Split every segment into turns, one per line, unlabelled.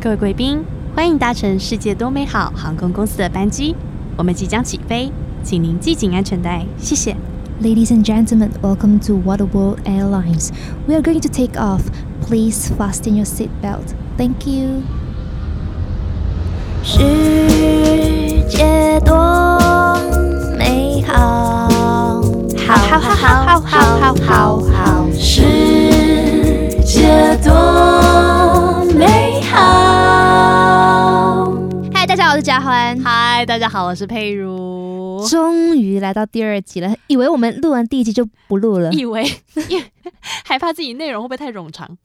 各位贵宾，欢迎搭乘世界多美好航空公司的班机，我们即将起飞，请您系紧安全带，谢谢。
Ladies and gentlemen, welcome to Waterworld Airlines. We are going to take off. Please fasten your seatbelt. Thank you.
世界多美好，好好好好好好好好，世界多美好。
嗨，大家好，我是嘉欢。
嗨，大家好，我是佩如。
终于来到第二集了，以为我们录完第一集就不录了。
以为害怕自己内容会不会太冗长？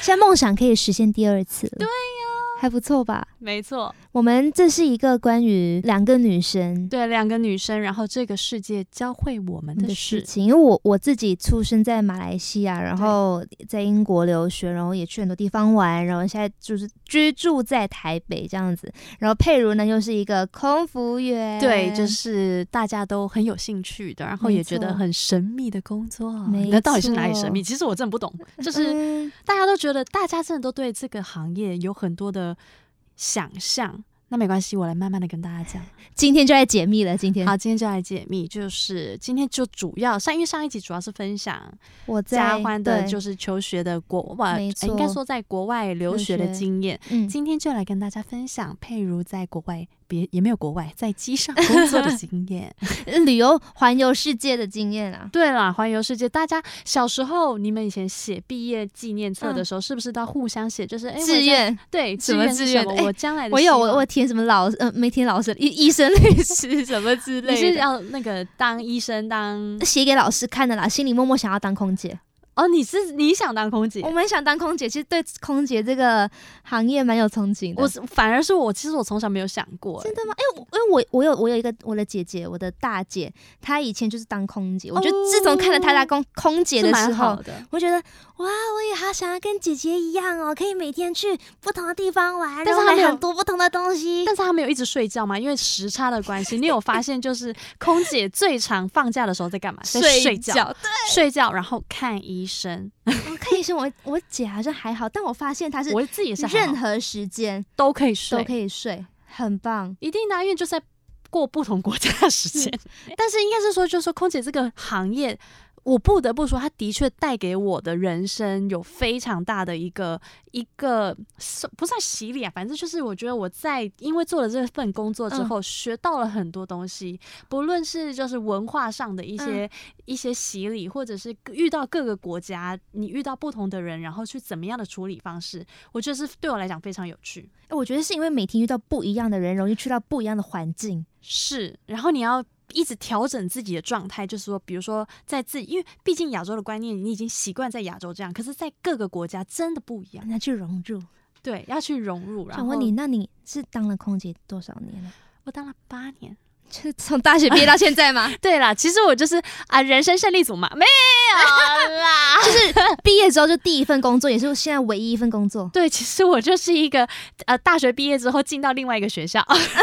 现在梦想可以实现第二次了。对呀、还不错吧？
没错，
我们这是一个关于两个女生
对，两个女生，然后这个世界教会我们的
的
事
嗯
事，情，因为我我自己出生在马来西亚，然后在英国留学，然后也去很多地方玩，然后现在就是居住在台北这样子。然后佩如呢，又是一个空服员，
对，就是大家都很有兴趣的，然后也觉
哎没
得
错
很神秘的工作
没。
那到底是哪里
错
神秘？其实我真的不 懂，就是
嗯
大家都觉得，大家真的都对这个行业有很多的想象。那没关系，我来慢慢的跟大家讲。
今天就来解密了。今天
好，今天就来解密，就是今天就主要上，因为上一集主要是分享
我在
嘉欢的，
对
就是求学的国外，
没
呃应该
错
说在国外留
留
学的
学
经验。
嗯，
今天就来跟大家分享佩如在国外，别也没有国外，在机上工作 的经验。
呃旅游环游世界的经验啊，
对啦，环游世界，大家小时候你们以前写毕业纪念册的
嗯
时候，是不是都要互相写？就是哎，我在
志愿。
对，
什
志
么
愿是
志
什
愿
么？
的哎
我将来的
我有
希
我
望
我填什么老呃没填老师医医生律师什么
你
之类
是
的，
要那个当医生当
写给老师看的啦，心里默默想要当空姐。
哦？你是你想当空姐啊
我？蛮想当空姐，其实对空姐这个行业蛮有憧憬的。
我是反而是我，其实我从小没有想过、
真的吗？哎、我因为我我有我有一个我的姐姐，我的大姐，她以前就是当空姐。我觉得自从看了她当空空姐
哎是
的
蛮
时
好
候，
的。
我觉得哇，我也好想要跟姐姐一样哦，可以每天去不同的地方玩，
但是
然后
她没
买
有
很多不同的东西。
但是他没有一直睡觉嘛，因为时差的关系。你有发现，就是空姐最常放假的时候在干嘛？在睡觉，睡觉然后看医生。
我看医生，我我姐好像还好，但我发现她是
我自己也是还好
任何时间
都可以睡，
都可以睡，很棒。
一定的啊、因为就是在过不同国家的时间。但是应该是说，就是说空姐这个行业，我不得不说，它的确带给我的人生有非常大的一个一个是不算洗礼啊，反正就是我觉得我在因为做了这份工作之后，学到了很多东西，不论是就是文化上的一些、一些洗礼，或者是遇到各个国家，你遇到不同的人，然后去怎么样的处理方式，我觉得是对我来讲非常有趣。
哎我觉得是因为每天遇到不一样的人，容易去到不一样的环境。
是，然后你要一直调整自己的状态，就是说，比如说在自己，因为毕竟亚洲的观念你已经习惯在亚洲这样，可是，在各个国家真的不一样
让。他去融入。
对，要去融入。然
想
后
问你，，那你是当了空姐多少年了？
我当了八年。
就是从大学毕业到现在吗？
对啦，其实我就是啊，人生胜利组嘛，没有啦。
就是毕业之后就第一份工作，也是现在唯一一份工作。
对，其实我就是一个呃，大学毕业之后进到另外一个学校，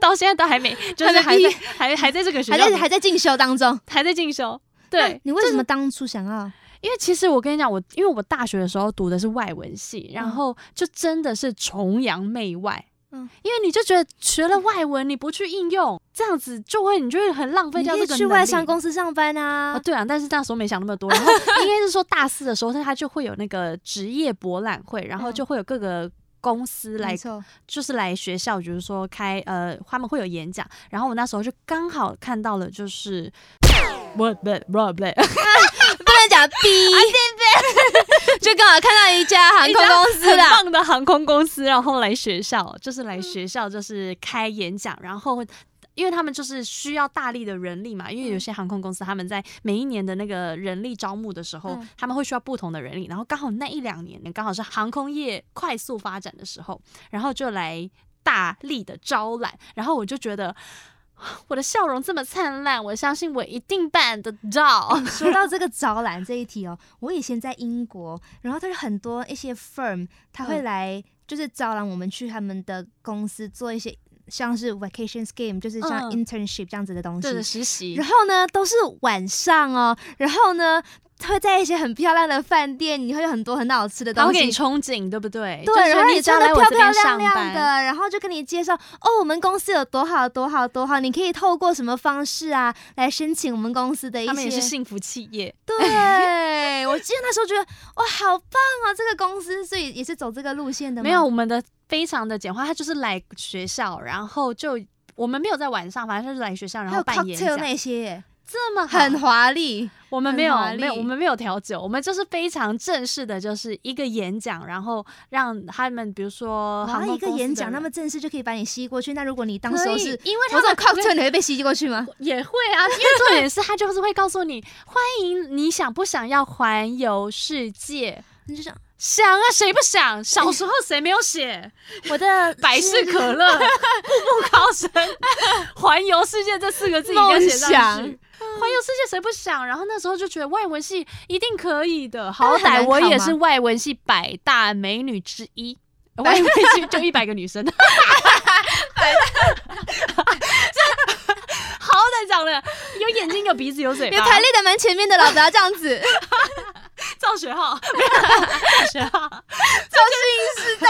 到现在都还没，就是
还
还
没毕
在
业
还还在这个学
还
校里，
在还在进修当中。
还在进修。
那
对，
你为什么当初想要？
因为其实我跟你讲，我因为我大学的时候读的是外文系，然后就真的是崇洋媚外。
嗯
因为你就觉得学了外文，你不去应用，这样子就会你就会很浪费
你
掉
可
这
以
个
去
能
外
力
商公司上班
哦，
啊。
对啊，但是那时候没想那么多。然后应该是说大四的时候，它就会有那个职业博览会，然后
嗯
就会有各个公司来
没错，
就是来学校，比如说开呃，他们会有演讲，然后我那时候就刚好看到了，就是不不不不，
不能讲 B，就 刚好看到一家航空公 司
很
啦。
棒的嗯航空公司，然后来学校，就是来学校就是开演讲，然后。因为他们就是需要大力的人力嘛，因为有些航空公司他们在每一年的那个人力招募的时候，
嗯
他们会需要不同的人力，然后刚好那一两年呢，刚好是航空业快速发展的时候，然后就来大力的招揽，然后我就觉得 啊我的笑容这么灿烂，我相信我一定办得到。
说到这个招揽这一题哦，我以前在英国，然后他是很多一些 firm，他会
嗯
来就是招揽我们去他们的公司做一些像是 vacation scheme，就是
嗯
像 internship 这样子的东西。
对对，实习
然，后呢，都是晚上哦，然后呢，会在一些很漂亮的饭店，你会有很多很好吃的
他
东
会给
西
你。憧憬，对不对？就
对，
是
然后
你
你
只要
穿
来
的
我
漂
这
漂
边上
亮亮的
班，，
然后就跟你介绍哦，我们公司有多好多好多好，你可以透过什么方式啊来申请我们公司的一
他们也是
些。
幸福企业，
对，我记得那时候觉得哇，好棒哦，这个公司，所以也是走这个路线的吗。
没有，我们的非常的简化，他就是来学校，然后就我们没有在晚上，反正就是来学校，然
还
后
有
办演
cocktail
讲，
那些耶，
这么好
很华丽。
我们
很
没有
华
没有，
丽
我们没有调酒，我们就是非常正式的，就是一个演讲，然后让他们比如说
哇，
航
哦一
空
个
公司
演
的
讲那
人
么正式就可以把你吸过去，那如果你当时
可
候
以
是
因为
我
他
这种
们
cocktail，你会被吸过去吗？
也会啊，因为重点是他就是会告诉你， 欢迎你想不想要环游世界。
你就想
想啊，谁不想？小时候谁没有写
我 的
百事可 乐、步步高升、环游世界这四个字一定要写上去。
梦想
环游世界谁不想？然后那时候就觉得外文系一定可以的，好
很难
歹我
考
也
吗
是外文系百大美女之 一。外文系就一百个女生， 这好歹长了有眼睛、有鼻子、有嘴
你
巴，
排列的蛮前面的，老子要这样 子，
赵学浩，没有赵学 浩，
啊中性是到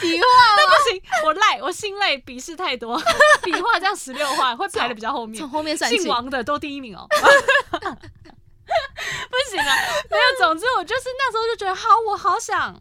笔画。
不行，我赖，我姓赖，笔试太多， 笔画这样十六画会排的比较后面
从。后面算
姓
起，
王的都第一名 哦。不行啊，没有。总之，我就是那时候就觉得，好，我好想。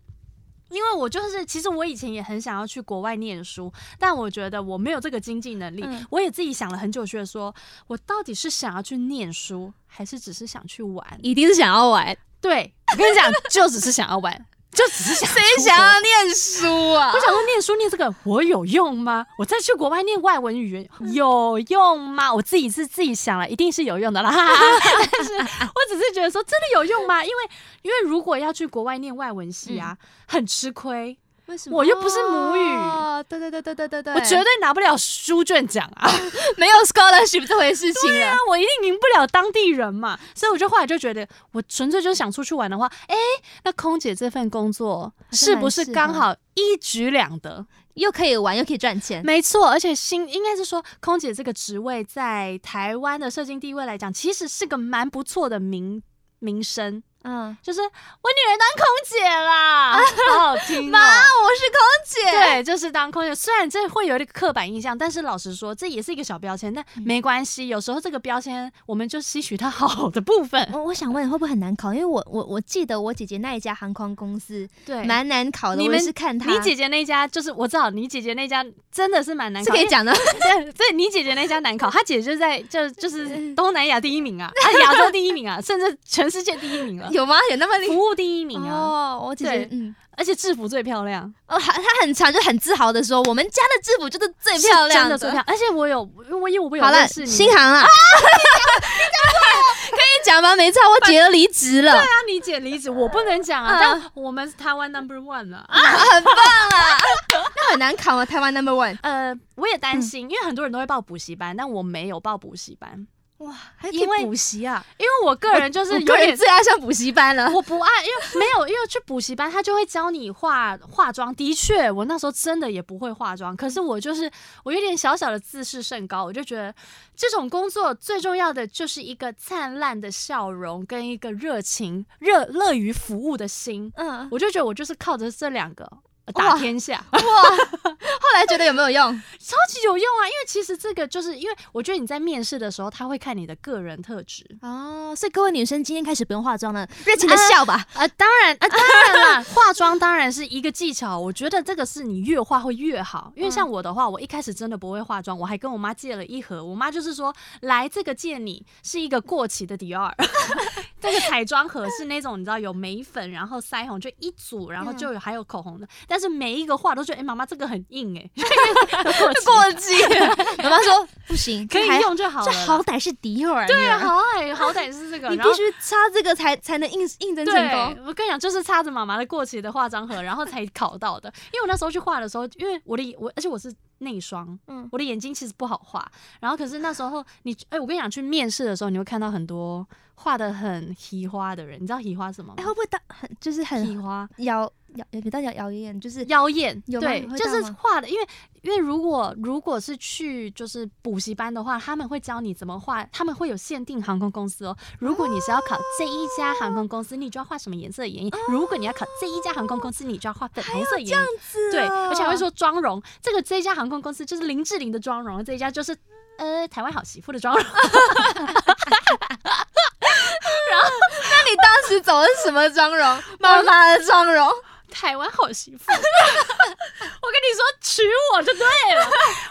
因为我就是，其实我以前也很想要去国外念书，但我觉得我没有这个经济能力。
嗯
我也自己想了很久，觉得说我到底是想要去念书，还是只是想去玩？
一定是想要玩，
对我跟你讲，就只是想要玩，就只是想
谁
出
想
国
要念书啊
我？想说念书念这个我有用吗？我再去国外念外文语言
嗯
有用吗？我自己是自己想了，一定是有用的啦。 但是我只是觉得说真的有用吗？因为因为如果要去国外念外文系啊，
嗯
很吃亏，
为什
么我又不是母语
哦，对对对对对对对，
我绝对拿不了书卷奖 啊。
没有 scholarship 这回事情了。
我一定赢不了当地人嘛，所以我就后来就觉得，我纯粹就是想出去玩的话，哎、那空姐这份工作
像蛮
是不是
适合
刚好一举两得？
又可以玩，又可以赚钱，
没错，而且新应该是说，空姐这个职位在台湾的社经地位来讲，其实是个蛮不错的名名声，
嗯，
就是我女儿当空姐啦，啊好好听、
妈，
哦。
我是空姐，
对，就是当空姐，虽然这会有点刻板印象，但是老实说，这也是一个小标签，但没关系。有时候这个标签，我们就吸取它好的部分。
我我想问会不会很难考？因为我我我记得我姐姐那一家航空公司
对，
蛮难考的，
你
我
们
也是看她
你姐姐那家就是我知道，你姐姐那家真的是蛮难
是
考，
可以讲的，
对，所以你姐姐那家难考，她姐就在就就是东南亚第一名啊， 啊亚洲第一名啊，甚至全世界第一 名了， 啊
有吗？有那么厉
服务第一名啊，
哦，我姐姐
对
嗯，
而且制服最漂亮，
哦，她她很常就很自豪的说，我们家的制服就是最漂
是
亮
真的最哎漂亮。而且我有，我因为我有
好了，
认识你，
新航 啊， 可以讲吗？没错，我姐都离职了，
啊，你姐离 职，我不能讲啊，
嗯
但我们是台湾 number one 啊。啊
那很难考吗？台湾 number one，
呃，我也担心，因为很多人都会报补习班，但我没有报补习班，
哇，还
可以补
习啊，
因为我个人就是
我
有
个人
点
最爱上补习班了。
我不爱，因为没有，因为去补习班他就会教你化化妆。的确，我那时候真的也不会化妆，可是我就是我有点小小的自视甚高，我就觉得这种工作最重要的就是一个灿烂的笑容跟一个热情、热乐于服务的心。
嗯，
我就觉得我就是靠着这两个。 呃
哇
打天下
后来觉得有没有用？
超级有用啊！因为其实这个就是因为我觉得你在面试的时候，他会看你的个人特质，
哦，所以各位女生今天开始不用化妆了，热情的笑吧。
啊，当然啊，当然啦， 化妆当然是一个技巧，我觉得这个是你越化会越好。因为像
嗯
我的话，我一开始真的不会化妆，我还跟我妈借了一盒，我妈就是说，来这个借你是一个过期的迪奥， 这个彩妆盒是那种你知道有眉粉，然后腮红就一组，然后就
嗯
有还有口红的，但是每一个画都觉得，哎、妈妈这个很硬哎、欸，过期
啊过季，妈妈说不 行，
可以
这还，
用就好
这
了，
好歹是迪尔，
对啊，
啊，
好歹好歹是这个，
你
然后
必须擦这个才才能应应征成功。
对，我跟你讲，就是插着妈妈的过期的化妆盒，然后才考到的。因为我那时候去画的时候，因为我的我，而且我是内双，
嗯
我的眼睛其实不好画。然后可是那时候你，哎、我跟你讲，去面试的时候，你会看到很多画的很奇花的人，你知道奇花是什么
哎，
吗？
会不会大很就是
奇
很
花
咬咬也别到咬咬眼眼，就是
妖艳，
有吗
对
会，
就
到
是
吗
画的，因为因为如果如果是去就是补习班的话，他们会教你怎么画，他们会有限定航空公司哦。如果你是要考这一家航空公司，你就要画什么颜色的
啊
眼影；如果你要考这一家航空公司，你就要画粉红色眼影。
是
对，
哦
而且还会说妆容，这个这一家航空公司就是林志玲的妆容，这一家就是呃台湾好媳妇的妆容。
那你当时走的是什么妆 容？妈妈的妆容，
台湾好媳妇。我跟 你说，娶我就对了。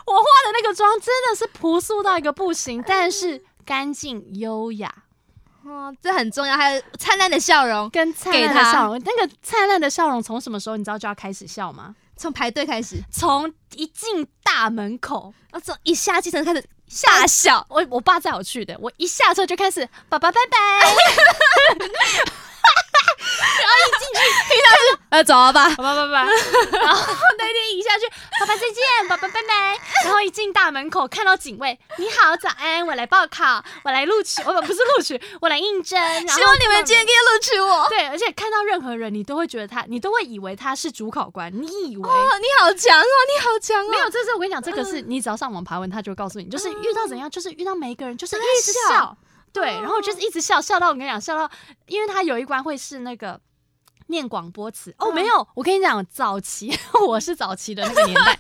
我化的那个妆真的是朴素到一个不行，但是干净优雅，
哦，这很重要。还有灿烂的笑容，
跟灿烂的
给他
笑容。那个灿烂的笑容从什么时候你知道就要开始笑吗？
从排队开始，
从一进大门口，
啊，从一下计程车开始 大笑，
我我爸载我去的，我一下车就开始爸爸拜拜，
呃，走了吧。
爸爸拜拜。 然后那天一下去，爸爸再见，爸爸拜拜。然后一进大门口，看到警卫，你好，早安，我来报考，我来录取，我不不是录取，我来应征。然后
希望你们今天可以录取我。
对，而且看到任何人，你都会觉得他，你都会以为他是主考官，你以为。
哦，你好强哦，你好强哦！
没有，这是我跟你讲，这个是你只要上网爬文，他就会告诉你，就是遇到怎样，就是遇到每一个人，就是
嗯对
一直
笑嗯
笑，对，然后就是一直笑，笑到我跟你讲，笑到，因为他有一关会是那个念广播词，哦，
嗯
没有，我跟你讲，早期我是早期的那个年 代，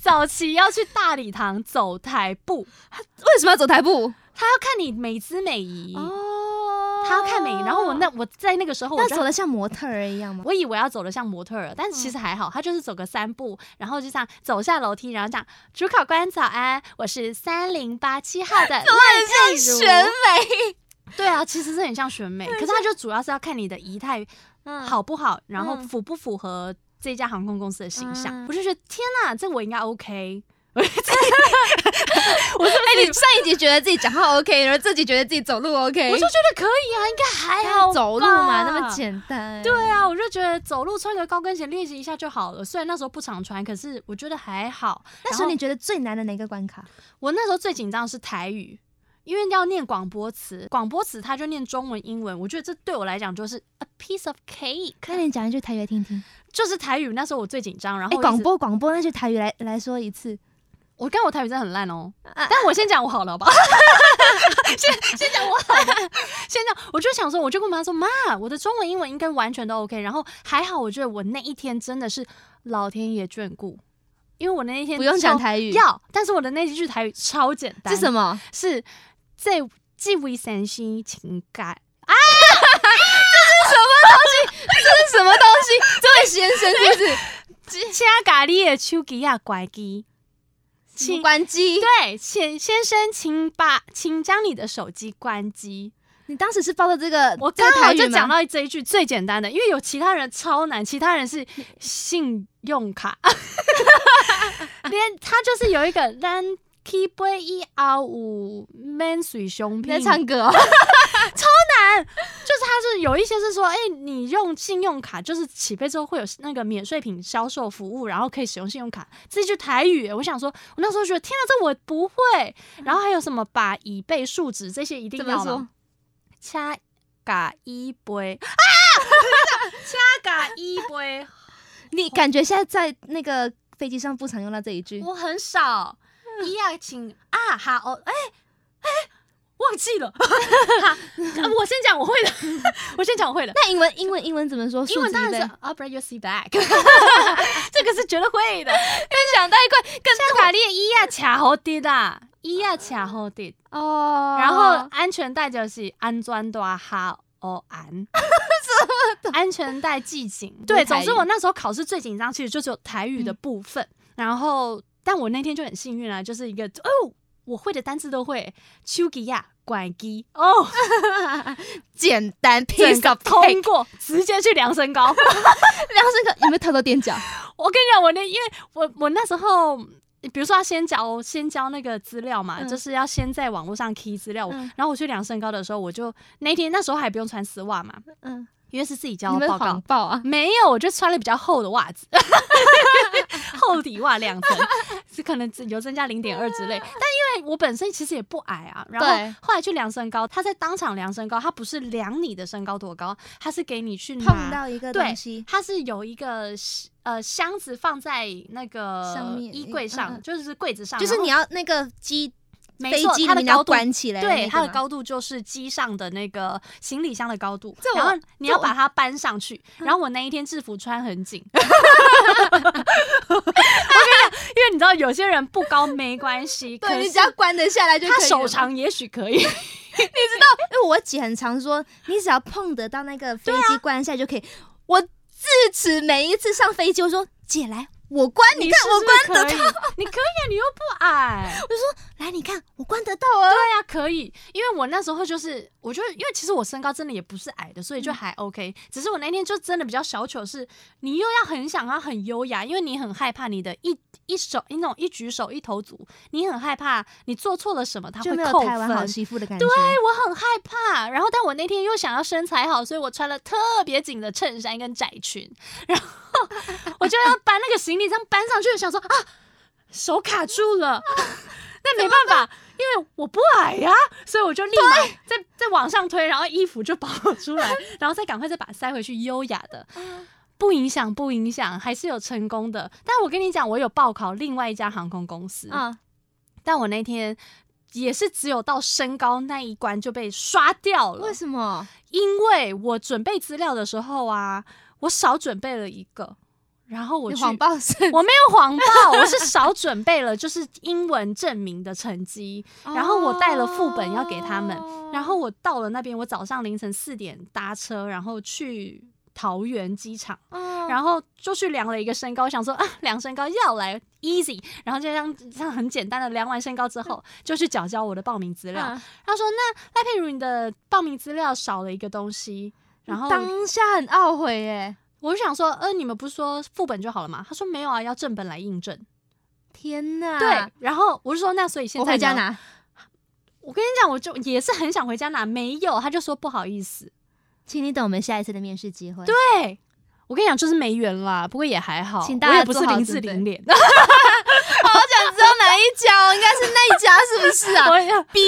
早期要去大礼堂走台步，
为什么要走台步？
他要看你美姿美仪，
哦
他要看美仪，然后我那我在那个时候我
那
就
走的像模特儿一样吗？
我以为要走的像模特儿，但其实
嗯
还好，他就是走个三步，然后就这样走下楼梯，然后这样，主考官早安，我是三零八七号 的赖佩如。
啊选美，
对啊，其实是很像选美，可是他就主要是要看你的仪态
嗯
好不好，然后
嗯
符不符合这家航空公司的形象。
嗯
我就觉得天哪，这我应该 OK。
哎，你上一集觉得自己讲话 OK，然后这集觉得自己走路 OK，
我就觉得可以啊，应该还好吧。
走路嘛，那么简单。
对啊，我就觉得走路穿个高跟鞋练习一下就好了。虽然那时候不常穿，可是我觉得还好。
那
然
时候
后
你觉得最难的哪个关卡？
我那时候最紧张的是台语，因为要念广播词，广播词它就念中文、英文，我觉得这对我来讲就是 a piece of cake，
那你讲一句台语来听听。
就是台语。那时候我最紧张，然后
哎，
我一直
哦广，播广播那句台语来来说一次。
我跟我台语真的很烂哦，
啊
但我先讲我好了，好不 好？先先讲我好了，先讲，我就想说，我就跟我妈说，妈，我的中文、英文应该完全都 OK。然后还好，我觉得我那一天真的是老天爷眷顾，因为我那一天
不用讲
超
台语
要，但是我的那一句台语超简单，
是什么？
是这这位三星情感，
这是什么东西？这位先生是 不是？
请咖喱的手机啊关机。请
关机。
对，先先生，请把请将你的手机关机。
你当时是抱着这个，
我
这个
刚好
台语
就
吗
讲到这一句最简单的，因为有其他人超难，其他人是信用 卡，连他就是有一个咱 keep 一 R 五 man 水胸
你
片，
在唱歌哦。
就是他是有一些是说，哎、你用信用卡，就是起飞之后会有那个免税品销售服务，然后可以使用信用卡，这句台语耶。我想说，我那时候觉得天啊，这我不 会。然后还有什么把以备数值这些一定
怎
要
么说
吗？ 掐嘎一杯啊，掐嘎一杯，
你感觉现在在那个飞机上不常用到这一句，
我很少。一啊，请啊，好，哎、哎、忘记 了。哈我先讲我会的，我先讲我会的。
那英文英文英文怎么说？
英文
数字
当然
一倍
是 I'll bring your seat back，这个是绝对会 的。
想太快，
香卡列伊亚卡好滴啦，伊亚卡好滴，
哦。
然后安全带就是安装多哈哦 安，安全带系紧。对，总之我那时候考试最紧张，其实就只有台语的部分。然后，但我那天就很幸运啊，就是一个哦，我会的单词都会，丘吉亚。拐机 哦，
简单
整
piece
个
of
通
cake，
过，直接去量身高。
梁生可有没有偷偷踮脚？
我跟你讲，我那因为我我那时候，比如说要先交先交那个资料嘛，
嗯
就是要先在网络上 key 资料。
嗯
然后我去量身高的时候，我就那天那时候还不用穿丝袜嘛，
嗯，
因为是自己交
你们
报告
谎。报啊？
没有，我就穿了比较厚的 袜子， 厚底袜两层，是可能只有增加零点二之类。但因为我本身其实也不矮啊，然
啊对
后后来去量身高，他在当场量身高，他不是量你的身高多高，他是给你去
碰
拿，
到一个
对
东西，
他是有一个呃箱子放在那个
上面
衣柜
嗯
上，
嗯
就是柜子上，
就是
然后
你要那个机
没
飞
错
机
它
里
的
面要
高度
关起来，
对，它的，高度就是机上的那个行李箱的高度
这，我嗯
然后你要把它搬上去。然后我那一天制服穿很 紧， 我跟你讲，因为你知道有些人不高没关系，可
对
是
你只要关得下来就
他
可以
手
了
长也许可以，
因为我姐很常说，你只要碰得到那个飞机关下就可以。我自此每一次上飞机，我说姐来，我关，你看我
我关得到，你可以啊，你又不矮。
关，来你看我关得到啊。
对啊，可以，因为我那时候就是，我就因为其实我身高真的也不是矮的，所
嗯
以就还 OK、只是我那天就真的比较小糗是，你又要很想要很优雅，因为你很害怕你的一一手那种一举手一投足，你很害怕你做错了什么，他
就
会
没有
扣
台湾好
分。
媳妇的感觉
对，，我很害怕。然后，但我那天又想要身材好，所以我穿了特别紧的衬衫跟窄裙，然后我就要搬那个行李箱搬上去，想说啊，手卡住了，那没办法，因为我不矮呀、所以我就立马再再往上推，然后衣服就保出来，然后再赶快再把它塞回去，优雅的。不影响，不影响，还是有成功的。但我跟你讲，我有报考另外一家航空公司，
啊，
但我那天也是只有到身高那一关就被刷掉了
为，什么？
因为我准备资料的时候啊，我少准备了一个，然后我
你
去
谎报生，
我没有谎报，我是少准备了，就是英文证明的成绩，然后我带了副本要给他们
哦
然后我到了那边，我早上凌晨四点搭车，然后去桃园机场。
哦
然后就去量了一个身高，想说啊，量身高要来 easy，然后就这样这样很简单的量完身高之后，
嗯
就去缴交我的报名资料。
啊
他说：“那赖佩如，你的报名资料少了一个东西。”然后
当下很懊悔耶，
我就想说：“呃，你们不是说副本就好了吗？”他说：“没有啊，要正本来印证。
天哪！
对，，然后我就说：“那所以现
我
在
回
你要
家。拿，
我跟你讲，我就也是很想回家拿，没有，他就说不好意思。
请你等我们下一次的面试机会。对。啊
对。我跟你讲，就是没缘啦，不过也还好，
请大家
我也不是
做好
林
准
志
备
玲脸，
好想知道哪一家，应该是那一家是不是 啊？
我也
逼，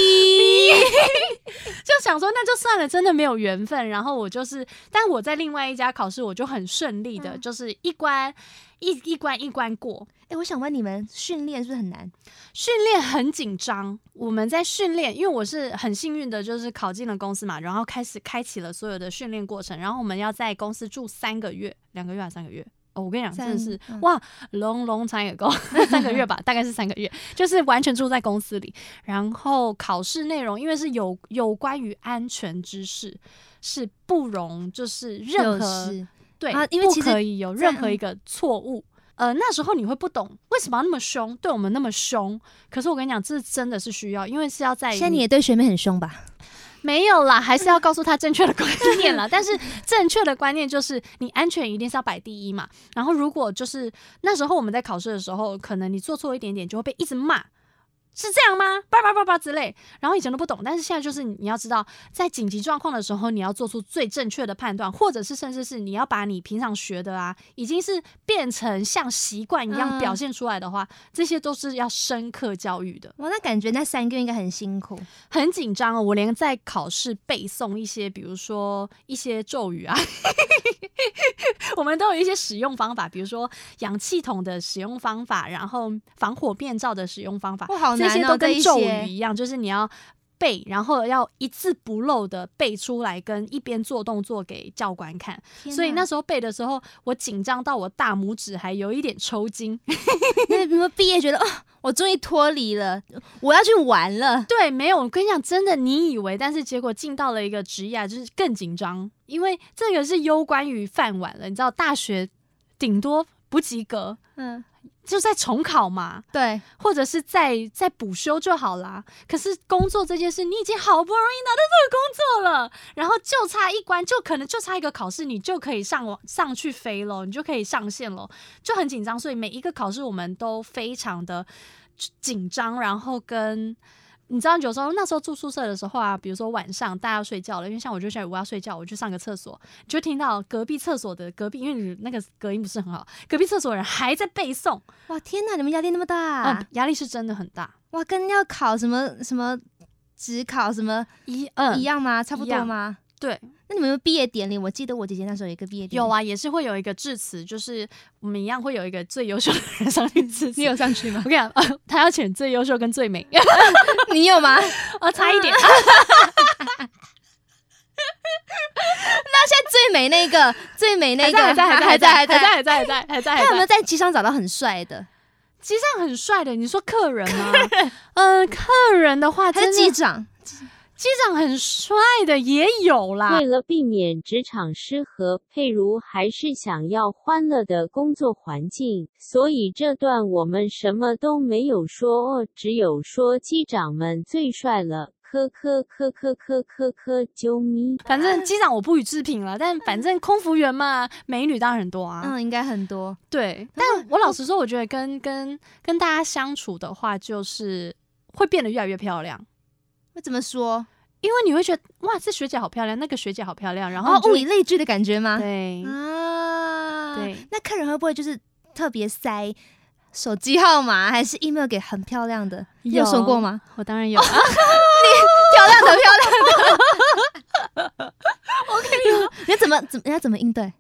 就想说那就算了，真的没有缘分。然后我就是，但我在另外一家考试，我就很顺利的，
嗯
就是一关一一关一关过。
哎，我想问你们，训练是不是很难？
训练很紧张，我们在训练，因为我是很幸运的，就是考进了公司嘛，然后开始开启了所有的训练过程。然后我们要在公司住三个月，两个月还是三个月？哦，我跟你讲，真的是
三嗯
哇，long long time ago，三 个月 吧，大概是三个月，就是完全住在公司里。然后考试内容，因为是有有关于安全知识，是不容就是任何
就是
对，
啊因为
不
其实
可以有
在
任何一个错误。呃，那时候你会不懂为什么要那么凶，对我们那么凶。可是我跟你讲，这真的是需要，因为是要在
现在你也对学妹很凶吧？
没有啦，还是要告诉他正确的观念啦。但是正确的观念就是，你安全一定是要摆第一嘛。然后如果就是那时候我们在考试的时候，可能你做错一点点就会被一直骂。是这样吗？叭叭叭叭之类，然后以前都不懂，但是现在就是你你要知道，在紧急状况的时候，你要做出最正确的判断，或者是甚至是你要把你平常学的啊，已经是变成像习惯一样
嗯
表现出来的话，这些都是要深刻教育的。
哇，那感觉那三个月应该很辛苦。
很紧张哦，我连在考试背诵一些，比如说一些咒语啊， 我们都有一些使用方法，比如说氧气筒的使用方法，然后防火面罩的使用方法，
哇，好
这
难
些
哦，
都
这
跟
一
咒
些
语一样，就是你要背，然后要一字不漏的背出来，跟一边做动作给教官看。
天
所以
哪
那时候背的时候，我紧张到我大拇指还有一点抽筋，
那你们毕业觉得哦，我终于脱离了，我要去玩了。
对，没有，我跟你讲，真的，你以为，但是结果进到了一个职业啊，就是更紧张，因为这个是攸关于饭碗了。你知道，大学顶多不及格，
嗯，
就在重考嘛，
对，
或者是再再补修就好啦。可是工作这件事，你已经好不容易拿到这个工作了，然后就差一关，就可能就差一个考试，你就可以上网上去飞咯，你就可以上线咯，就很紧张。所以每一个考试我们都非常的紧张，然后跟你知道，有时候那时候住宿舍的时候啊，比如说晚上大家要睡觉了，因为像我就下午我要睡觉，我去上个厕所，你就听到隔壁厕所的隔壁，因为你那个隔音不是很好，隔壁厕所的人还在背诵，
哇，天哪，你们压力那么大，啊
嗯，压力是真的很大。
哇，跟要考什么什么职考什么
一嗯
一样吗？差不
一
多
样
吗？
对，
那你们有没有毕业典礼？我记得我姐姐那时候有一个毕业典礼，
有，啊，也是会有一个致辞，就是我们一样会有一个最优秀的人上去致辞。
你有上去吗
我 ？跟你讲，呃他要选最优秀跟最美，
你有吗？哎
啊，差一点，
最美那个，最美那
还
个，
在，还在，还在，还在，还在，
还
还在，还在，还在，
他有
还
没有
在。
在机上找到很帅的？
机上很帅的，你说客人吗？嗯，客人的话，
他
真
是
的
机长，
机长很帅的也有啦
为。了避免职场失和，佩如还是想要欢乐的工作环境，所以这段我们什么都没有说，哦，只有说机长们最帅了，科科科科科科科，啾咪。
反正机长我不予置评了，但反正空服员嘛，美女当然很多啊。
嗯，应该很多。
对，但我老实说，我觉得跟跟跟大家相处的话，就是会变得越来越漂亮，
那怎么说？
因为你会觉得哇，这学姐好漂亮，那个学姐好漂亮，然
然
后
后
你就
哦物以类聚的感觉吗？
对，
啊，
对。
那客人会不会就是特别塞手机号码还是 email 给很漂亮的？你有说过吗？哦
我当然有啊，
漂亮的，漂亮的。我跟你，你怎么怎么你要怎么应对？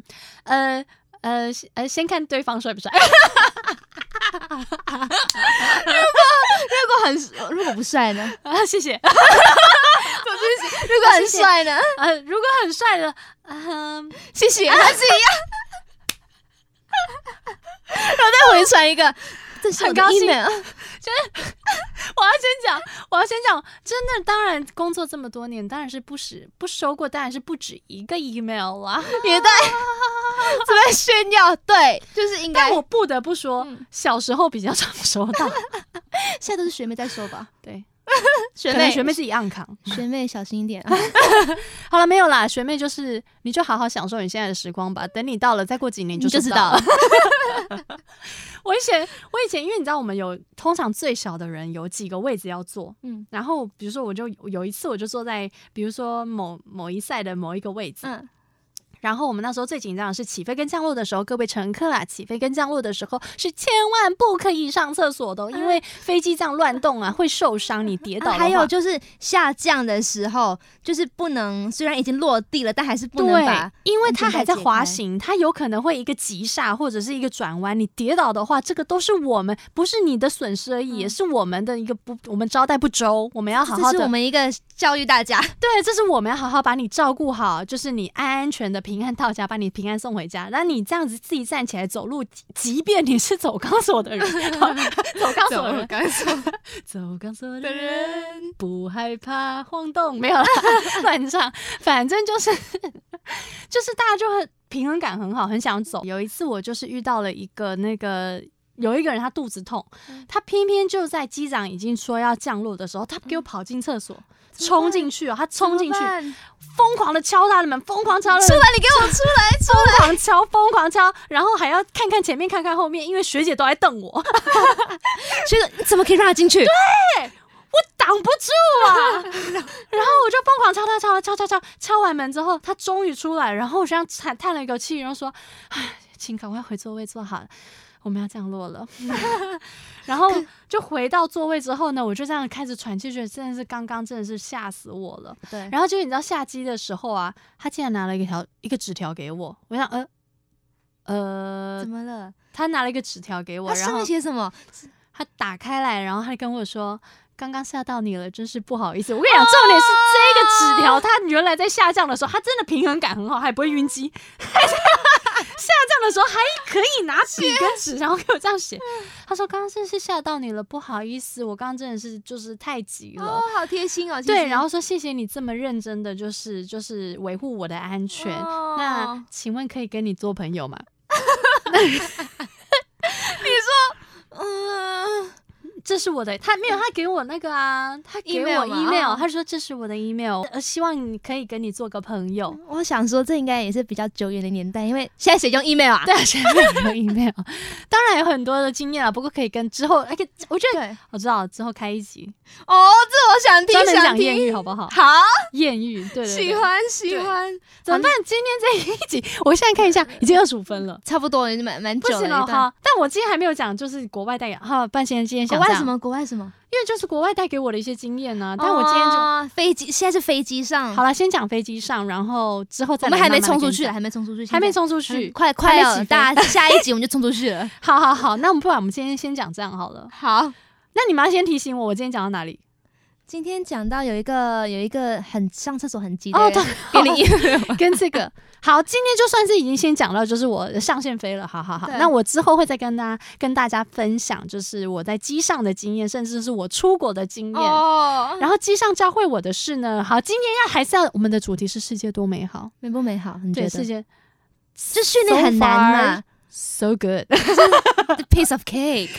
呃呃先呃，先看对方帅不帅，
如果很如果不帅呢？
啊，谢 谢，
如果很帅呢？
呃，如果很帅的， 嗯、
谢谢，还啊是一样。然后再回传一个，这是我
很
的
高兴
email。
我要先讲，我要先讲，真的，当然工作这么多年，当然是不止不收过，当然是不止一个 email 啊啦。
也在这边炫耀，对，就是应该
但我不得不说，
嗯
小时候比较常收到，
现在都是学妹在说吧，
对，
学
可能
妹
学妹自己暗扛。
学妹小心一点啊，
好了，没有啦，学妹就是你就好好享受你现在的时光吧，等你到了，再过几年
你
就
就
知
知
道
道
了
了。
我以前，我以前，因为你知道，我们有通常最小的人有几个位置要坐，嗯
嗯，
然后比如说我就有一次我就坐在，比如说某某一赛的某一个位置，
嗯，
然后我们那时候最紧张的是起飞跟降落的时候，各位乘客啦，起飞跟降落的时候是千万不可以上厕所的哦，因为飞机这样乱动啊会受伤，你跌倒的
啊
话、
嗯还有就是下降的时候，就是不能，虽然已经落地了，但还是不能
对
把，
因为
安
它
全带
还在
解开
滑行，它有可能会一个急刹或者是一个转弯，你跌倒的话，这个都是我们不是你的损失而已，也是我们的一个不，我们招待不周，我们要好好
嗯这是我
的，
们一个教育 大家，
对，这是我们要好好把你照顾好，就是你安安全的平安到家，把你平安送回家。那你这样子自己站起来走路，即即便你是走钢索的人， 走钢索的人，
刚说
走钢索的人不害怕晃动，没有啦， 乱唱，反正就是 就是大家就很平衡感很好，很想走。有一次我就是遇到了一个那个。有一个人他肚子痛，他偏偏就在机长已经说要降落的时候，他给我跑进厕所，冲进去哦，他冲进去，
出来，你
疯狂的敲他的门，疯狂敲他的门，
给我出来，出
疯狂敲，疯狂敲，然后还要看看前面，看看后面，因为学姐都在瞪 我，
来，学姐，你怎么可以让他进去？
挡不住啊！然后我就疯狂敲他，敲他，敲敲敲，敲完门之后，他终于出来，然后我这样叹叹了一口气，然后说：“唉，请赶快回座位坐好了。”我们要降落 了，然后就回到座位之后呢，我就这样开始喘气，觉得真的是刚刚真的是吓死我了。
对，
然后就你知道下机的时候啊，他竟然拿了一条一个纸条给我，我想呃呃
怎，么了？
他拿了一个纸条给我，
他
然
上
后
面写什么？
他打开来，然后他跟我说。刚刚吓到你了，真是不好意思。我跟
哦
你讲，重点是这个纸条，他原来在下降的时候，他真的平衡感很好，还不会晕机。 下降的时候还可以拿笔跟纸，然后给我这样写。他说：“刚刚真是吓到你了，不好意思，我刚刚真的是就是太急了。”
哦，好贴心哦，其实
对，然后说谢谢你这么认真的，就是就是维护我的安全。
哦
那请问可以跟你做朋友吗？
嗯，
这是我的，他没有，他给我那个啊，他给我
Email 吗
email，
哦
他说这是我的 email，呃，希望你可以跟你做个朋友。
我想说，这应该也是比较久远的年代，因为现在谁用 email 啊？
对啊，现在没有 email，当 然有很多的经验啊，不过可以跟之后，而且我觉得
对，
我知道之后开一集
哦，这我想听，
专门讲
想
艳
听。
遇好不好？
好，
艳遇，对对对，
喜欢喜
对
欢，
怎 么办？今天这一集，我现在看一下，已经二十五分了。
差不多蛮蛮
不
久
行
了
了
一段。
哈，但我今天还没有讲，就是国外带给哈，半仙今天
国
想
外
这样
什？么？国外什么？
因为就是国外带给我的一些经验呢、但我今天就、
哦飞机，现在是飞机上，
好了，先讲飞机上，然后之后再
我们还没冲
冲
出去了，还没冲出去，
还没
现在
冲出
嗯
去。
快
还
快
没
要
起飞
大家下一集我们就冲出去了。
好好好，那我们不然我们今天先讲这样好了。
好，
那你们要先提醒我，我今天讲到哪里？
今天讲到有一个有一个很上厕所很急的
哦，
人，
对，
给你
跟这个好，今天就算是已经先讲到，就是我的上线飞了，好好好。
对
那我之后会再跟大家跟大家分享，就是我在机上的经验，甚至是我出国的经验。
哦，
然后机上教会我的事
嗯
呢，好，今天要还是要我们的主题是世界多美好，
美不美好？你觉
对，
得？
世界
这训练很难呐、
so good。
The piece of cake。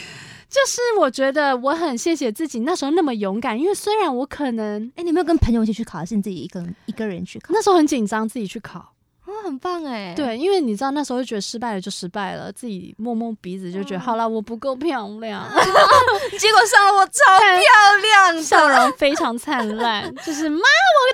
就是我觉得我很谢谢自己那时候那么勇敢，因为虽然我可能
哎、你有没有跟朋友一起去考，还是你自己一个人一个人去考？
那时候很紧张，自己去考，
哦，很棒哎、，
对，因为你知道那时候就觉得失败了就失败了，自己摸摸鼻子就觉得、
嗯
好了，我不够漂 亮，
结果上了我超漂亮的，
笑容非常灿烂，就是妈，我当空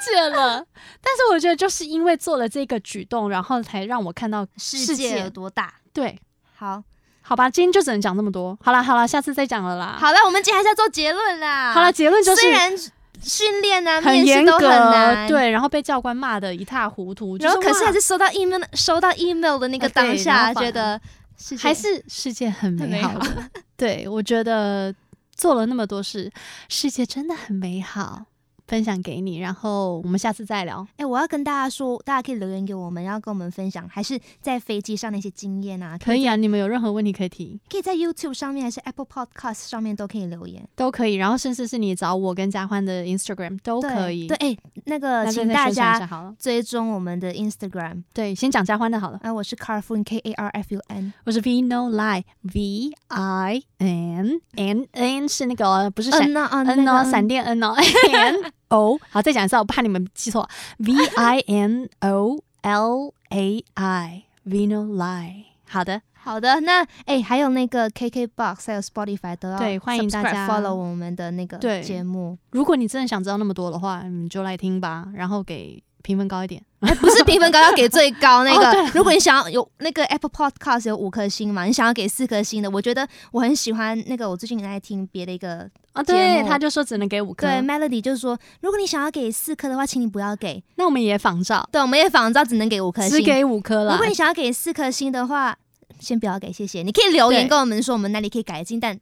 姐了。但是我觉得就是因为做了这个举动，然后才让我看到
世界有多大？
对。
好，
好吧，今天就只能讲这么多。好啦，好啦，下次再讲了啦。
好了，我们今天还是要做结论啦。
好了，，结论就是
虽然训练啊、
很
面
严
试都
格
很难，，
对，然后被教官骂的一塌糊涂。就
然后可是啊
哇
还是收到 email，收到 email 的那个
啊对
当
然
下，
后反而
觉得世界
还是世界很美好
很
的。对，我觉得做了那么多事，世界真的很美好，分享给你。然后我们下次再聊。
哎、我要跟大家说，大家可以留言给我们，要跟我们分享，还是在飞机上那些经验啊，
可
以
以啊，你们有任何问题可以提
可以在 YouTube 上面，还是 Apple Podcast 上面都可以留言，
都可以，然后甚至是你找我跟佳欢的 Instagram 都
对
可以。
对，，哎、那个
那
请
再
大
分享一
家
下好了。
追踪我们的 Instagram，
对，先讲佳欢的好了。
啊，我是 Carfun K A R F U N，
我是 V No Lie V I N N N 是那个哦不是闪
嗯呐啊，
N
那
哦，
个
闪电 N 哦，N O，好，再讲一次，我怕你们记错，V I N O L A I，Vino Lie。好的，
好的，那哎、还有那个 KKBox 还有 Spotify 都要
对欢迎大家
subscribe follow 我们的那个
对
节目，
如果你真的想知道那么多的话，你就来听吧，然后给评分高一点。
哎、不是评分高，要给最高那
哦
个。
对
如果你想要有那个 Apple Podcast 有五颗星嘛，你想要给四颗星的，我觉得我很喜欢那个，我最近很爱听别的一个，
啊，
节
对，
目
他就说只能给五颗
对，Melody 就是说，如果你想要给四颗的话，请你不要给，
那我们也仿照，
对，我们也仿照只能给五颗
只
星。
给五颗
如
了
果。你想要给四颗星的话，先不要给，谢谢。你可以留言
对
跟我们说我们哪里可以改进，但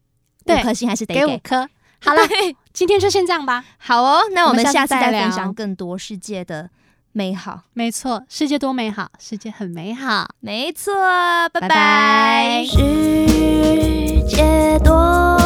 对
五颗星还是得
给五颗。好了，今天就先这样吧。
好哦，那我
我们
们
下次
下
再
次再
聊
分享更多世界的美好。
没错，世界多美好，世界很美好。
没错，拜
拜拜
拜
世界多